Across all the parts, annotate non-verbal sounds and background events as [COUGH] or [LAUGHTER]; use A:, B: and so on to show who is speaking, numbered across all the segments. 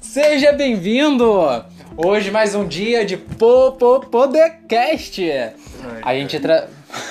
A: Seja bem-vindo! Hoje mais um dia de Popopodcast. A gente tra... [LAUGHS]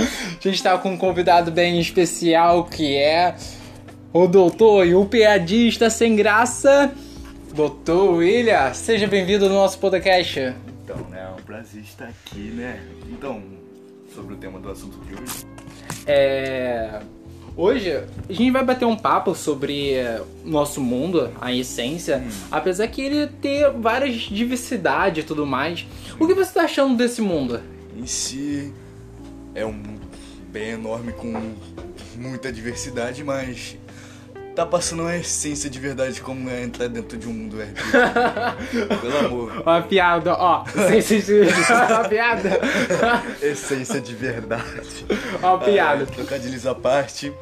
A: a gente tá com um convidado bem especial que é o doutor e o piadista sem graça, doutor William. Seja bem-vindo no nosso podcast.
B: Então, né, é um prazer estar aqui, né? Então, sobre o tema do assunto de hoje.
A: É... Hoje a gente vai bater um papo sobre é, nosso mundo, a essência, apesar que ele ter várias diversidades e tudo mais. O que você tá achando desse mundo?
B: Em si, é um mundo bem enorme com muita diversidade, mas tá passando a essência de verdade como é entrar dentro de um mundo [LAUGHS] RPG. Pelo amor.
A: Uma piada, ó. [LAUGHS] Sem sentido. Uma piada. [LAUGHS]
B: Essência de verdade.
A: Uma piada.
B: Ah, Trocadilhos à parte,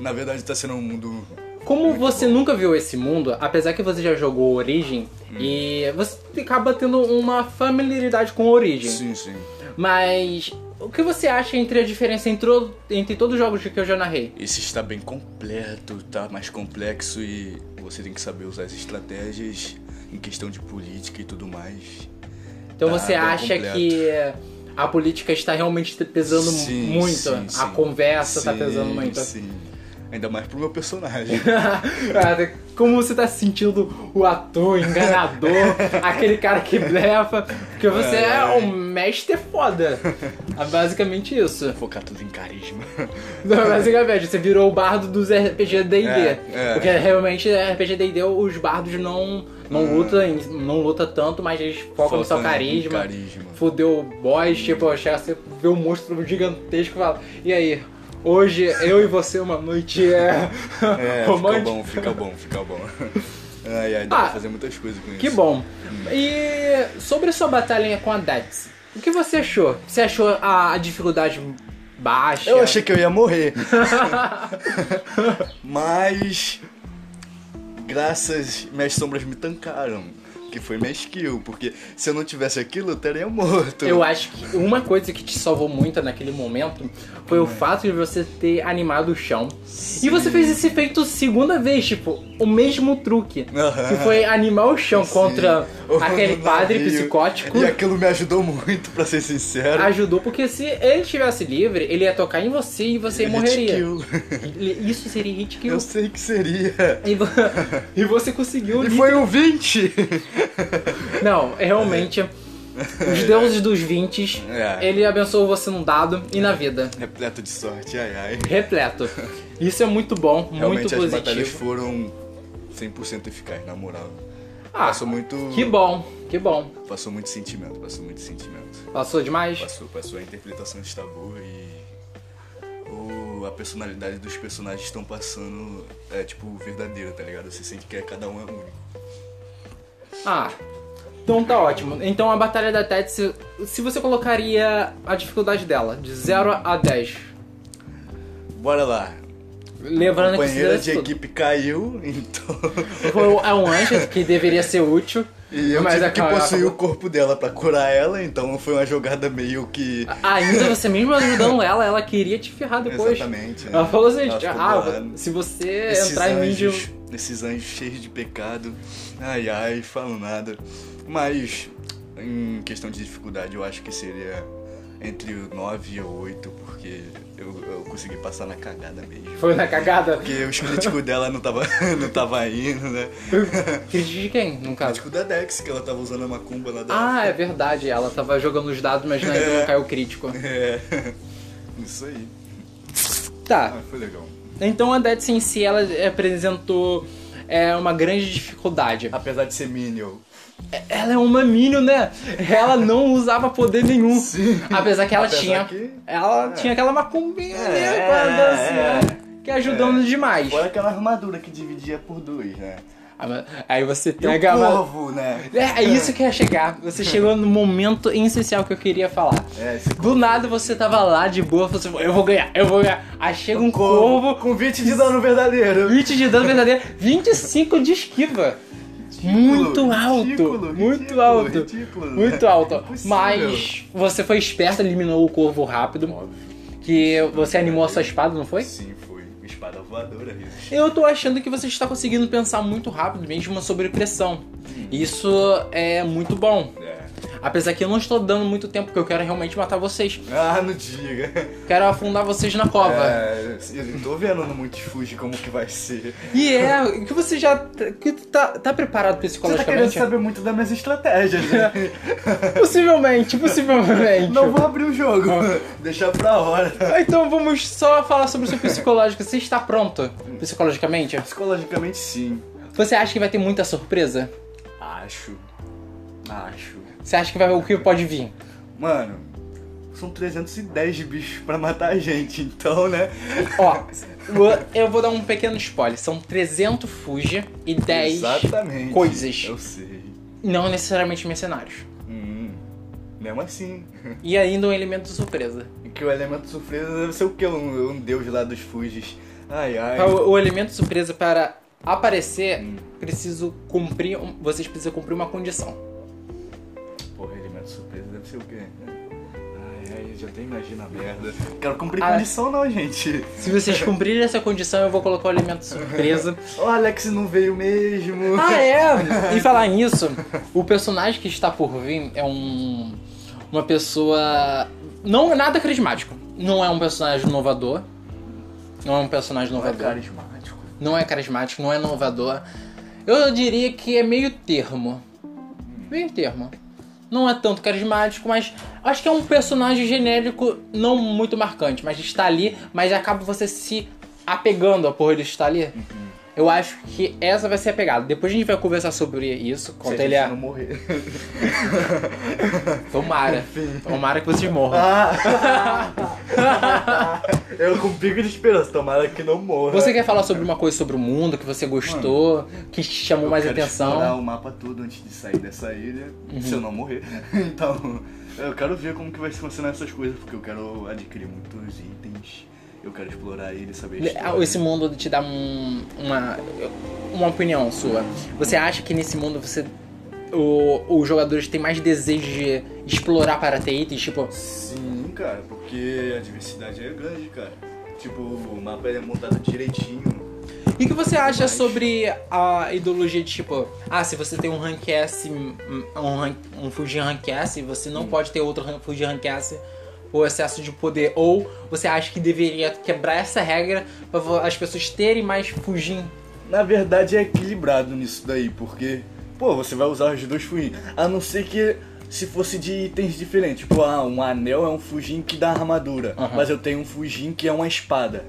B: na verdade tá sendo um mundo
A: Como você nunca viu esse mundo, apesar que você já jogou Origin, e você acaba tendo uma familiaridade com Origin.
B: Sim, sim.
A: Mas o que você acha entre a diferença entre, o- entre todos os jogos que eu já narrei?
B: Esse está bem completo, tá mais complexo e você tem que saber usar as estratégias em questão de política e tudo mais.
A: Então
B: Tá,
A: você
B: bem
A: acha
B: completo.
A: que a política está realmente pesando
B: Sim,
A: muito?
B: sim,
A: a
B: sim.
A: conversa tá
B: Sim,
A: pesando muito.
B: Sim. Ainda mais pro meu personagem.
A: [LAUGHS] Cara, [LAUGHS] Como você tá se sentindo o ator,
B: [LAUGHS]
A: enganador, aquele cara que blefa? Porque você
B: Ai,
A: é
B: ai.
A: um mestre foda. É basicamente isso.
B: Focar tudo em carisma.
A: Não, é basicamente, você virou o bardo dos RPG D&D.
B: É, é.
A: Porque realmente RPG D&D, os bardos não, não, lutam, em- não luta tanto, mas eles focam no seu
B: Focando Hum. em
A: carisma.
B: carisma.
A: Fudeu o boss, tipo, achar você vê um monstro gigantesco e fala, e aí? Hoje eu e você uma noite é, [LAUGHS]
B: É, fica
A: romântica.
B: bom, fica bom, fica bom. [LAUGHS] Ai, ai, dá
A: Ah,
B: pra fazer muitas coisas com isso.
A: Que bom. E sobre a sua batalha com a Dax, o que você achou? Você achou a, a dificuldade baixa?
B: Eu achei que eu ia morrer.
A: [LAUGHS]
B: Mas. Graças, minhas sombras me tancaram. Que foi minha skill. Porque se eu não tivesse aquilo, eu estaria morto.
A: Eu acho que uma coisa que te salvou muito naquele momento foi
B: Hum.
A: o fato de você ter animado o chão. E você fez esse feito segunda vez, tipo, o mesmo truque.
B: Aham.
A: Que foi animar o chão
B: Sim.
A: contra
B: O
A: aquele
B: navio.
A: padre psicótico.
B: E aquilo me ajudou muito, pra ser sincero.
A: Ajudou, porque se ele estivesse livre, ele ia tocar em você e você
B: Hit
A: morreria.
B: kill.
A: Isso seria hit kill.
B: é Eu sei que seria.
A: E, vo- [LAUGHS] e você conseguiu.
B: E
A: li-
B: foi um 20!
A: Não, é
B: [LAUGHS]
A: realmente. Os deuses dos 20,
B: É.
A: ele abençoou você num dado e na vida.
B: Repleto de sorte, ai ai.
A: Repleto. Isso é muito bom, muito
B: Realmente as batalhas
A: positivo.
B: foram 100% eficazes, na moral.
A: Ah,
B: passou muito.
A: que bom, que bom.
B: Passou muito sentimento, passou muito sentimento.
A: Passou demais?
B: Passou, passou a interpretação está boa e o- a personalidade dos personagens estão passando é tipo verdadeira, tá ligado? Você sente que é- cada um é único.
A: Ah, então tá ótimo. Então a batalha da Tetsu, se você colocaria a dificuldade dela, de 0 a 10.
B: Bora lá.
A: Lembrando que
B: companheira
A: isso
B: de equipe caiu, então.
A: foi o- é um anjo que deveria ser
B: [LAUGHS]
A: útil.
B: E eu
A: mas
B: tive que
A: acabou-
B: possuir o corpo dela pra curar ela, então foi uma jogada meio que.
A: Ainda você mesmo ajudando ela, ela queria te ferrar depois.
B: Exatamente. né?
A: Ela falou assim,
B: Ela ficou
A: ah,
B: bolada.
A: se você
B: Esses
A: entrar em mim de...
B: anjos, esses anjos cheios de pecado. Ai ai, falo nada. Mas em questão de dificuldade, eu acho que seria entre o 9 e o 8, porque eu, eu consegui passar na cagada mesmo.
A: Foi na
B: [LAUGHS]
A: cagada?
B: Porque os críticos dela não tava, [LAUGHS] não tava indo, né?
A: Crítica de quem, no
B: O
A: caso?
B: crítico da Dex, que ela tava usando a macumba lá da.
A: Ah, é verdade, ela tava jogando os dados, mas ainda não caiu crítico.
B: É. [LAUGHS] Isso aí.
A: Tá,
B: Ah, foi legal.
A: então a Dead em si, ela eh, apresentou é, uma grande dificuldade.
B: Apesar de ser Minion.
A: Ela é uma minion, né? Ela não usava poder nenhum.
B: Sim.
A: Apesar que ela
B: Apesar
A: tinha.
B: que-
A: Ela tinha aquela né, macumbinha
B: É,
A: ali,
B: é,
A: é, que ajudando
B: é.
A: demais.
B: Fora aquela armadura que dividia por dois, né?
A: Ah, mas- Aí você
B: E o
A: pega a. ma-
B: corvo, né?
A: É, é isso que ia chegar. Você chegou no momento essencial que eu queria falar.
B: É, esse
A: Do nada você tava lá de boa, você eu vou ganhar, eu vou ganhar. Aí chega um
B: corvo
A: corvo,
B: com 20 de dano verdadeiro.
A: 20 de dano verdadeiro, 25 de esquiva. muito alto,
B: ridículo,
A: muito
B: ridículo,
A: alto,
B: ridículo, né?
A: muito alto.
B: Impossível.
A: Mas você foi esperto, eliminou o corvo rápido. Que você animou a sua espada, não foi?
B: Sim, foi. Espada voadora, Rios.
A: Eu tô achando que você está conseguindo pensar muito rápido, mesmo sobre pressão. Isso é muito bom.
B: É.
A: Apesar que eu não estou dando muito tempo, porque eu quero realmente matar vocês.
B: Ah, não diga.
A: Quero afundar vocês na cova.
B: É, eu tô vendo no Multifuge como que vai ser.
A: E é, o que você já. Que tu tá, tá preparado
B: Você tá querendo
A: psicologicamente?
B: saber muito das minhas estratégias, né?
A: [LAUGHS] Possivelmente, possivelmente.
B: Não vou abrir o jogo.
A: Ah.
B: Deixar pra hora.
A: Então vamos só falar sobre o seu psicológico. Você está pronto psicologicamente?
B: Psicologicamente, sim.
A: Você acha que vai ter muita surpresa?
B: Acho. Acho.
A: Você acha que vai o que pode vir?
B: Mano, são 310 bichos pra matar a gente, então, né?
A: Ó, eu vou dar um pequeno spoiler. São 300 Fuji e 10
B: Exatamente.
A: coisas.
B: Eu sei.
A: não necessariamente mercenários.
B: Hum, mesmo assim.
A: E ainda um elemento de surpresa.
B: Que o elemento surpresa deve ser o quê? Um, um deus lá dos Fujis. Ai, ai.
A: O, o elemento surpresa para aparecer, preciso cumprir. um- Vocês precisam cumprir uma condição.
B: Porra, elemento surpresa deve ser o quê? Ai, ai, eu já até imagino a merda. Quero cumprir
A: Ah.
B: condição não, gente.
A: Se vocês cumprirem essa condição, eu vou colocar o elemento surpresa.
B: O Alex não veio mesmo.
A: Ah, [LAUGHS] é! E falar nisso, o personagem que está por vir é um. Uma pessoa. Não é nada carismático. Não é um personagem inovador. Não é um personagem
B: Não é
A: inovador.
B: carismático.
A: não é carismático, não é inovador. Eu diria que é meio termo. Meio termo. Não é tanto carismático, mas acho que é um personagem genérico não muito marcante, mas está ali, mas acaba você se apegando a porra de estar ali.
B: Uhum.
A: Eu acho que essa vai ser a pegada. Depois a gente vai conversar sobre isso,
B: Se a
A: quanto
B: gente
A: ele é.
B: não morrer. [LAUGHS]
A: Tomara. Tomara que vocês morram. [LAUGHS]
B: Ah. eu com pico de esperança, tomara que não morra.
A: Você quer falar sobre uma coisa sobre o mundo que você gostou, que te chamou mais
B: eu quero
A: atenção? Uhum.
B: explorar o mapa todo antes de sair dessa ilha, se eu não morrer. [LAUGHS] Então, eu quero ver como que vai funcionar essas coisas, porque eu quero adquirir muitos itens. Eu quero explorar ele, saber a
A: Ah,
B: história.
A: Esse mundo te dá um- uma, uma opinião sua. Você acha que nesse mundo você. o- os jogadores têm mais desejo de explorar para ter itens? Tipo,
B: Sim, cara, porque a diversidade é grande, cara. Tipo, o mapa ele é montado direitinho.
A: e o que você acha
B: Mas-
A: sobre a ideologia de tipo, ah, se você tem um rank S, um, rank, um Fuji rank S, você não pode ter outro ran- Fuji rank S por excesso de poder? Ou você acha que deveria quebrar essa regra para as pessoas terem mais Fujin?
B: Na verdade é equilibrado nisso daí, porque, pô, você vai usar os dois Fujin. A não ser que se fosse de itens diferentes. Tipo, ah, um anel é um Fujin que dá armadura,
A: Aham.
B: mas eu tenho um Fujin que é uma espada.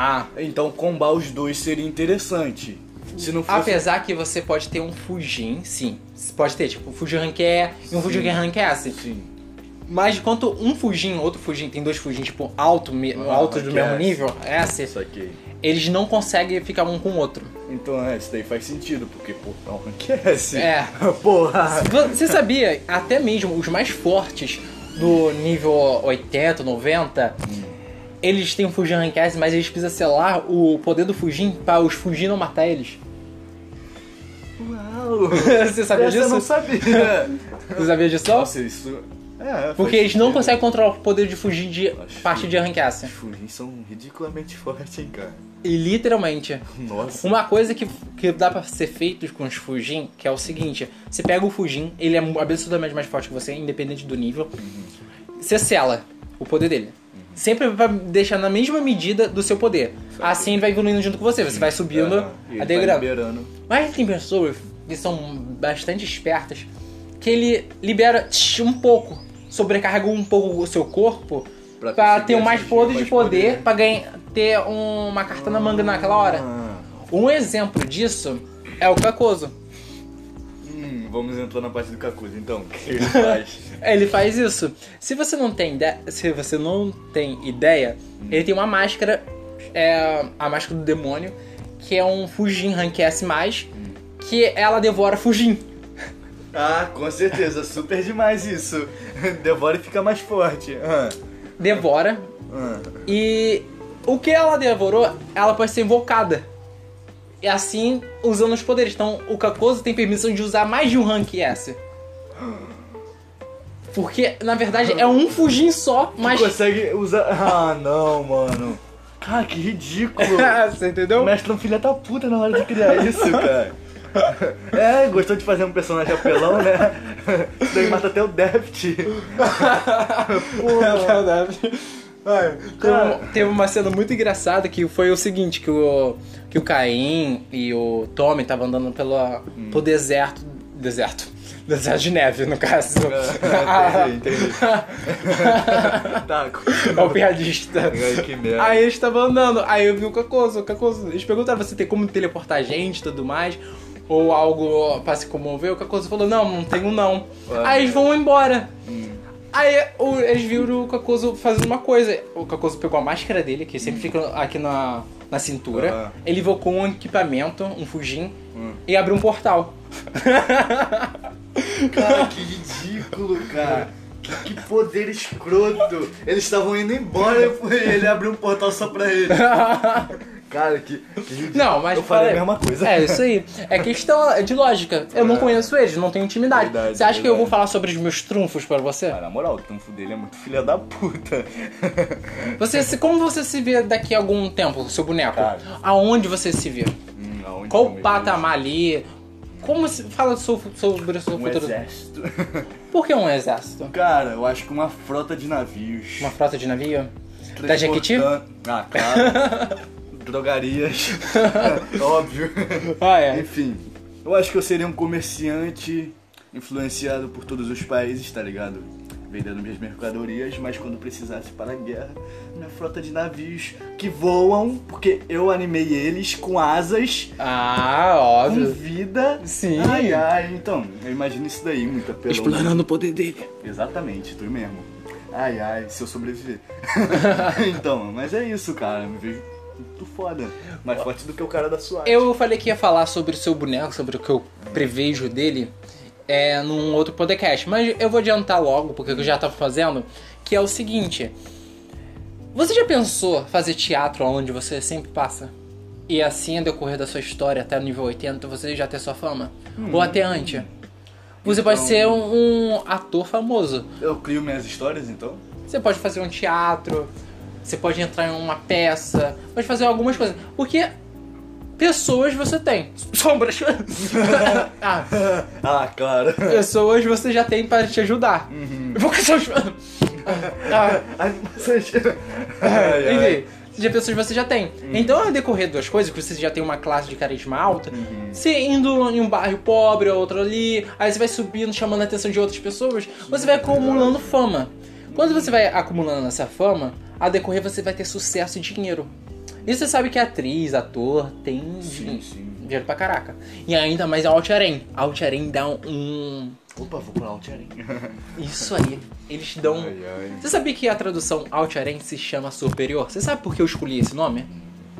A: Ah,
B: Então combar os dois seria interessante. Se não fosse.
A: Apesar que você pode ter um Fujin, sim. Você Pode ter, tipo, um Fujin Rank E e um Fujin
B: Sim.
A: Rank S.
B: Sim.
A: Mas quanto um Fujin, outro Fujin, tem dois Fujin, tipo, alto, me,
B: Ah,
A: alto do
B: Rank
A: mesmo
B: S.
A: nível, S,
B: Saquei.
A: eles não conseguem ficar um com o outro.
B: Então é, isso daí faz sentido, porque pô, é um rank S.
A: [LAUGHS] É.
B: [LAUGHS] Porra!
A: Você sabia, até mesmo os mais fortes do nível 80, 90,
B: Hum.
A: eles têm um Fujin Rank S, mas eles precisam selar o poder do Fujin para os Fujin não matar
B: [LAUGHS]
A: eles.
B: Uau!
A: Você sabia
B: Essa Eu
A: disso? [LAUGHS]
B: não sabia!
A: Você sabia disso?
B: Nossa, isso. É,
A: Porque
B: faz
A: eles não
B: sentido.
A: conseguem controlar o poder de fugir de
B: Acho
A: parte de
B: Os
A: arrancaça.
B: Fujins são ridiculamente fortes, hein, cara.
A: E literalmente.
B: Nossa.
A: Uma coisa que, que dá pra ser feito com os Fujin, que é o seguinte: você pega o Fujin, ele é mu- absurdamente mais forte que você, independente do nível.
B: Uhum.
A: Você sela o poder dele. Sempre vai deixar na mesma medida do seu poder. Assim ele vai evoluindo junto com você, você vai subindo
B: Ah, e ele
A: a
B: vai
A: degrau.
B: liberando.
A: Mas tem pessoas que são bastante espertas que ele libera tch, um pouco, sobrecarrega um pouco o seu corpo
B: Pra
A: pra
B: conseguir
A: ter um mais
B: atingir
A: poder de
B: mais
A: poder,
B: poder. né?
A: pra ganhar, ter um- uma carta na manga naquela hora.
B: Ah.
A: Um exemplo disso é o Kakoso.
B: Hum, vamos entrar na parte do Kakuzu, então. [LAUGHS] O que ele faz?
A: Ele faz isso. Se você não tem ideia, se você não tem ideia, ele tem uma máscara, é a máscara do demônio, que é um Fujin Rank S+,
B: Hum.
A: que ela devora Fujin.
B: ah, com certeza, super demais isso. [LAUGHS] Devora e fica mais forte. Ah,
A: Devora,
B: ah.
A: E o que ela devorou, ela pode ser invocada. E assim, usando os poderes. Então, o Kakoso tem permissão de usar mais de um rank S. Porque, na verdade, é um Fujin só, mas
B: [LAUGHS] Consegue usar. Ah, não, mano. Cara, que ridículo.
A: [LAUGHS] [LAUGHS] Você entendeu?
B: O mestre é um filho da puta na hora de criar isso, [LAUGHS] cara. É, gostou de fazer um personagem apelão, [LAUGHS] né? Isso daí mata até o Deft.
A: É verdade. Ai, teve,
B: Cara.
A: uma, teve uma cena muito engraçada que foi o seguinte, que o, que o Caim e o Tommy estavam andando pela,
B: Hum.
A: pro deserto. Deserto. Deserto de neve, no caso.
B: É,
A: [LAUGHS]
B: entendi, [LAUGHS] entendi. [LAUGHS] Tá,
A: É o piadista.
B: Ai, que merda.
A: Aí eles estavam andando, aí eu vi o Cacoso, o Cacoso. Eles perguntaram você tem como teleportar gente e tudo mais, ou algo pra se comover. O Cacoso falou: Não, não tenho não.
B: Ué. Hum.
A: Aí eles vão embora. Aí o- eles viram o Cacoso fazendo uma coisa. O Cacoso pegou a máscara dele, que
B: Hum.
A: sempre fica aqui na, na cintura.
B: Ah.
A: Ele invocou um equipamento, um Fujin,
B: Hum.
A: e abriu um portal.
B: Cara, que ridículo, cara. Que, que poder escroto. Eles estavam indo embora e foi- ele abriu um portal só pra [LAUGHS] ele. Cara, que, que ridículo.
A: Não, mas
B: Eu falei a
A: fala-
B: mesma coisa.
A: É, isso aí. É questão de lógica. Eu não
B: É.
A: conheço eles, não tenho intimidade.
B: Verdade,
A: você acha que eu vou
B: verdade.
A: falar sobre os meus trunfos pra você?
B: Cara, na moral, o trunfo dele é muito filha da puta. [LAUGHS]
A: Você se- como você se vê daqui a algum tempo, seu boneco?
B: Cara.
A: Aonde você se vê?
B: Hum, aonde
A: Qual
B: eu me
A: o patamar ali? Como se. Fala so- sobre o seu
B: vejo? Um
A: futuro.
B: exército.
A: Por que um exército?
B: Cara, eu acho que uma frota de navios.
A: Uma frota de navio?
B: transportando-
A: Da Jequiti?
B: Ah, claro. [LAUGHS] Drogarias. [LAUGHS] Óbvio.
A: Ah, é.
B: Enfim, eu acho que eu seria um comerciante influenciado por todos os países, tá ligado? Vendendo minhas mercadorias, mas quando precisasse para a guerra, minha frota de navios que voam, porque eu animei eles com asas,
A: Ah,
B: com
A: óbvio.
B: vida.
A: Sim.
B: Ai, ai, então, eu imagino isso daí, muito apelão.
A: Explorando o poder dele.
B: Exatamente, tu mesmo. Ai, ai, se eu
A: [LAUGHS]
B: sobreviver. então, mas é isso, cara, me vejo muito foda. Mais forte do que o cara da sua
A: Eu falei que ia falar sobre o seu boneco, sobre o que eu prevejo dele, é, num outro podcast. Mas eu vou adiantar logo, porque eu já tava fazendo, que é o seguinte. Você já pensou fazer teatro onde você sempre passa? E assim, ao decorrer da sua história até o nível 80, você já ter sua fama? Ou até antes? Você pode
B: Então-
A: ser um, um ator famoso.
B: Eu crio minhas histórias, então? [LAUGHS]
A: Você pode fazer um teatro, você pode entrar em uma peça, pode fazer algumas coisas. Porque pessoas você tem. [LAUGHS] Sombras. ah,
B: Ah, claro.
A: pessoas você já tem para te ajudar. Porque são. [LAUGHS]
B: [LAUGHS]
A: ah,
B: Animações. É,
A: [LAUGHS] enfim, de pessoas você já tem.
B: Uhum.
A: Então, ao decorrer das coisas, que você já tem uma classe de carisma alta,
B: Uhum.
A: você indo em um bairro pobre, outro ali, aí você vai subindo, chamando a atenção de outras pessoas, você vai acumulando fama. Quando você vai acumulando essa fama, a decorrer você vai ter sucesso e dinheiro. E você sabe que atriz, ator, tem
B: Sim,
A: din-
B: sim.
A: dinheiro pra caraca. E ainda mais a Altiarém. A Altiarém dá um...
B: Opa, vou pular o Tcharim.
A: Isso aí. Eles te dão...
B: [LAUGHS] Ai, ai.
A: Você sabia que a tradução Altiarém se chama superior? Você sabe por que eu escolhi esse nome?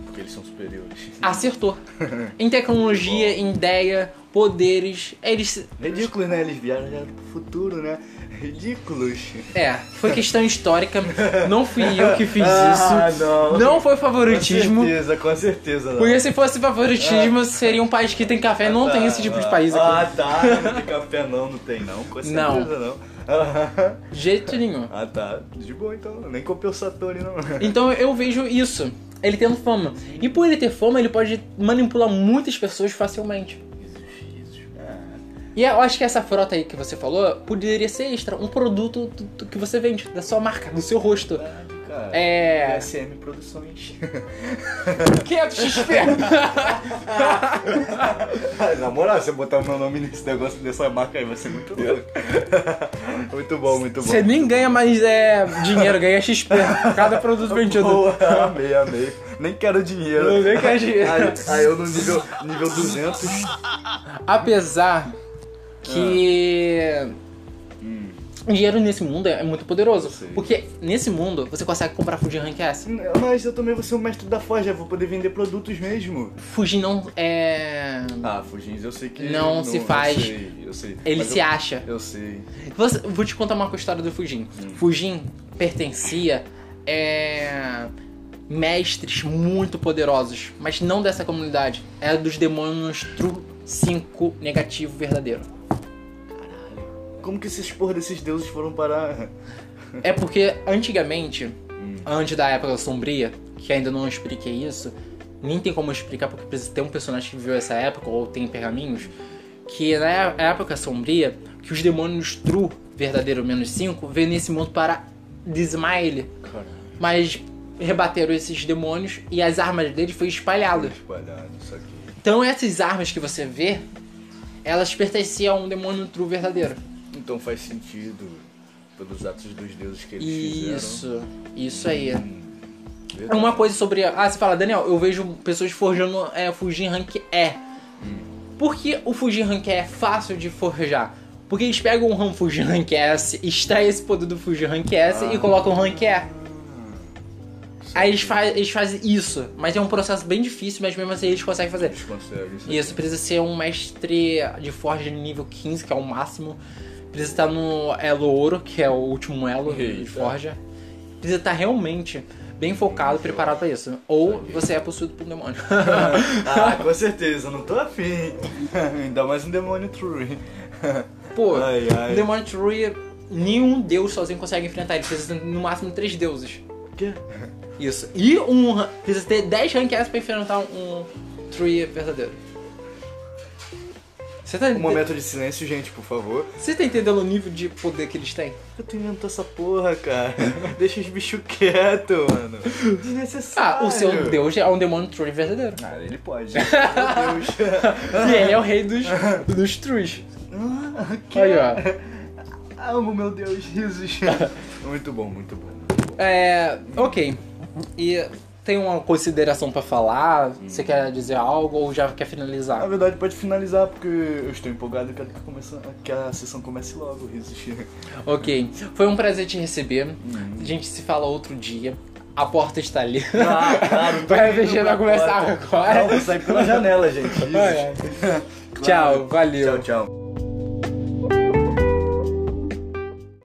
B: Porque eles são superiores. [LAUGHS]
A: Acertou. Em
B: Tá
A: tecnologia, em ideia, poderes, eles.
B: Ridículos, né? Eles viajaram pro futuro, né? Ridículos.
A: É, foi questão histórica. Não fui eu que fiz
B: Ah,
A: isso.
B: não.
A: Não foi
B: Com
A: favoritismo.
B: certeza, Ah. com certeza. Não.
A: Porque se fosse favoritismo, seria um país que tem café. Não tem esse tipo de país
B: Ah,
A: aqui.
B: tá. Não tem café, não. Não tem, não. Com certeza,
A: Não.
B: não. Ah,
A: De jeito nenhum.
B: [LAUGHS] Ah, tá. De boa, então. Nem compensatório, não. [LAUGHS]
A: Então eu vejo isso. Ele tendo fama. E por ele ter fama, ele pode manipular muitas pessoas facilmente.
B: Ah,
A: E eu acho que essa frota aí que você falou poderia ser extra, um produto do- do que você vende, da sua marca, do seu rosto.
B: Ah, tá, cara.
A: É.
B: SM Produções. [LAUGHS]
A: 500 XP!
B: Ah, Na moral, se eu botar o meu nome nesse negócio dessa marca aí, vai ser muito louco. [LAUGHS] muito bom, muito
A: [LAUGHS]
B: bom.
A: Você nem ganha mais é, dinheiro, ganha XP. Cada produto vendido.
B: Boa, [LAUGHS] amei, amei. Nem quero dinheiro.
A: Eu nem quero dinheiro.
B: [LAUGHS] Aí, aí eu no nível, nível 200.
A: Apesar que. Dinheiro nesse mundo é muito poderoso.
B: Ah. Sim.
A: Porque nesse mundo você consegue comprar Fuji Rank S.
B: Mas eu também vou ser o mestre da forja, vou poder vender produtos mesmo.
A: Fuji não é.
B: Ah, Fujins, eu sei que.
A: Não se faz.
B: Eu sei, eu sei.
A: Ele
B: Mas
A: se
B: eu,
A: acha.
B: Eu sei.
A: Você- vou te contar uma história do Fujin. Fujin pertencia é, mestres muito poderosos, mas não dessa comunidade. É dos demônios True 5 negativo verdadeiro.
B: Como que esses porra desses deuses foram parar?
A: É porque antigamente, antes da época sombria, que ainda não expliquei isso, nem tem como explicar porque precisa ter um personagem que viveu essa época ou tem pergaminhos, que na época sombria, que os demônios Tru, verdadeiro menos 5, veio nesse mundo para dizimar ele.
B: Caralho.
A: Mas rebateram esses demônios e as armas dele foi espalhá-los.
B: Espalhado, isso aqui.
A: Então essas armas que você vê, elas pertenciam a um demônio Tru verdadeiro.
B: Então faz sentido pelos atos dos deuses que eles fizeram.
A: Isso, isso aí. É
B: Verdade.
A: Uma coisa sobre. Ah, você fala, Daniel, eu vejo pessoas forjando é, Fujin Rank E. Por que o Fujin Rank E é fácil de forjar? Porque eles pegam um RAM Fujin Rank S, extraem esse poder do Fujin Rank S e
B: Ah.
A: colocam o Rank E.
B: Isso
A: Aí
B: aqui.
A: eles, fa- eles fazem isso, mas é um processo bem difícil, mas mesmo assim eles conseguem fazer.
B: Eles conseguem isso.
A: Isso, [LAUGHS]
B: aqui.
A: precisa ser um mestre de forja nível 15, que é o máximo. Precisa estar no elo ouro, que é o último elo de
B: Eita.
A: forja. Precisa estar realmente bem focado, preparado pra isso. Ou você é possuído por um
B: [LAUGHS]
A: demônio.
B: ah, com certeza, não tô afim. [LAUGHS] Ainda mais um demônio true. [LAUGHS] hein?
A: Pô,
B: Ai, ai.
A: o demônio Tree, nenhum deus sozinho consegue enfrentar. Ele precisa ter, no máximo três deuses.
B: Quê?
A: Isso. E um. ra- Precisa ter 10 rank S pra enfrentar um Tree verdadeiro. Você tá,
B: Um momento de silêncio, gente, por favor.
A: você tá entendendo o nível de poder que eles têm?
B: Eu tô inventando essa porra, cara. [LAUGHS] Deixa os bichos quietos, mano. Desnecessário.
A: Ah, o seu deus é um demônio true verdadeiro.
B: Ah, ele pode. [LAUGHS] Meu Deus.
A: E ele é o rei dos, dos trues.
B: Ah, que...
A: Aí, ó.
B: Amo, meu Deus, risos. [LAUGHS] muito bom, muito bom.
A: É. Ok. E tem uma consideração pra falar? Você quer dizer algo ou já quer
B: Na
A: finalizar?
B: verdade, pode finalizar, porque eu estou empolgado e quero que, comece- que a sessão comece logo, risos.
A: Ok. Foi um prazer te receber. A gente se fala outro dia. A porta está ali.
B: Ah, [LAUGHS]
A: [LAUGHS]
B: claro.
A: Vai mexer na conversa
B: Não,
A: agora.
B: vou sair pela janela, gente.
A: [LAUGHS]
B: Risos.
A: Ai, ai. Tchau, valeu.
B: Tchau, tchau.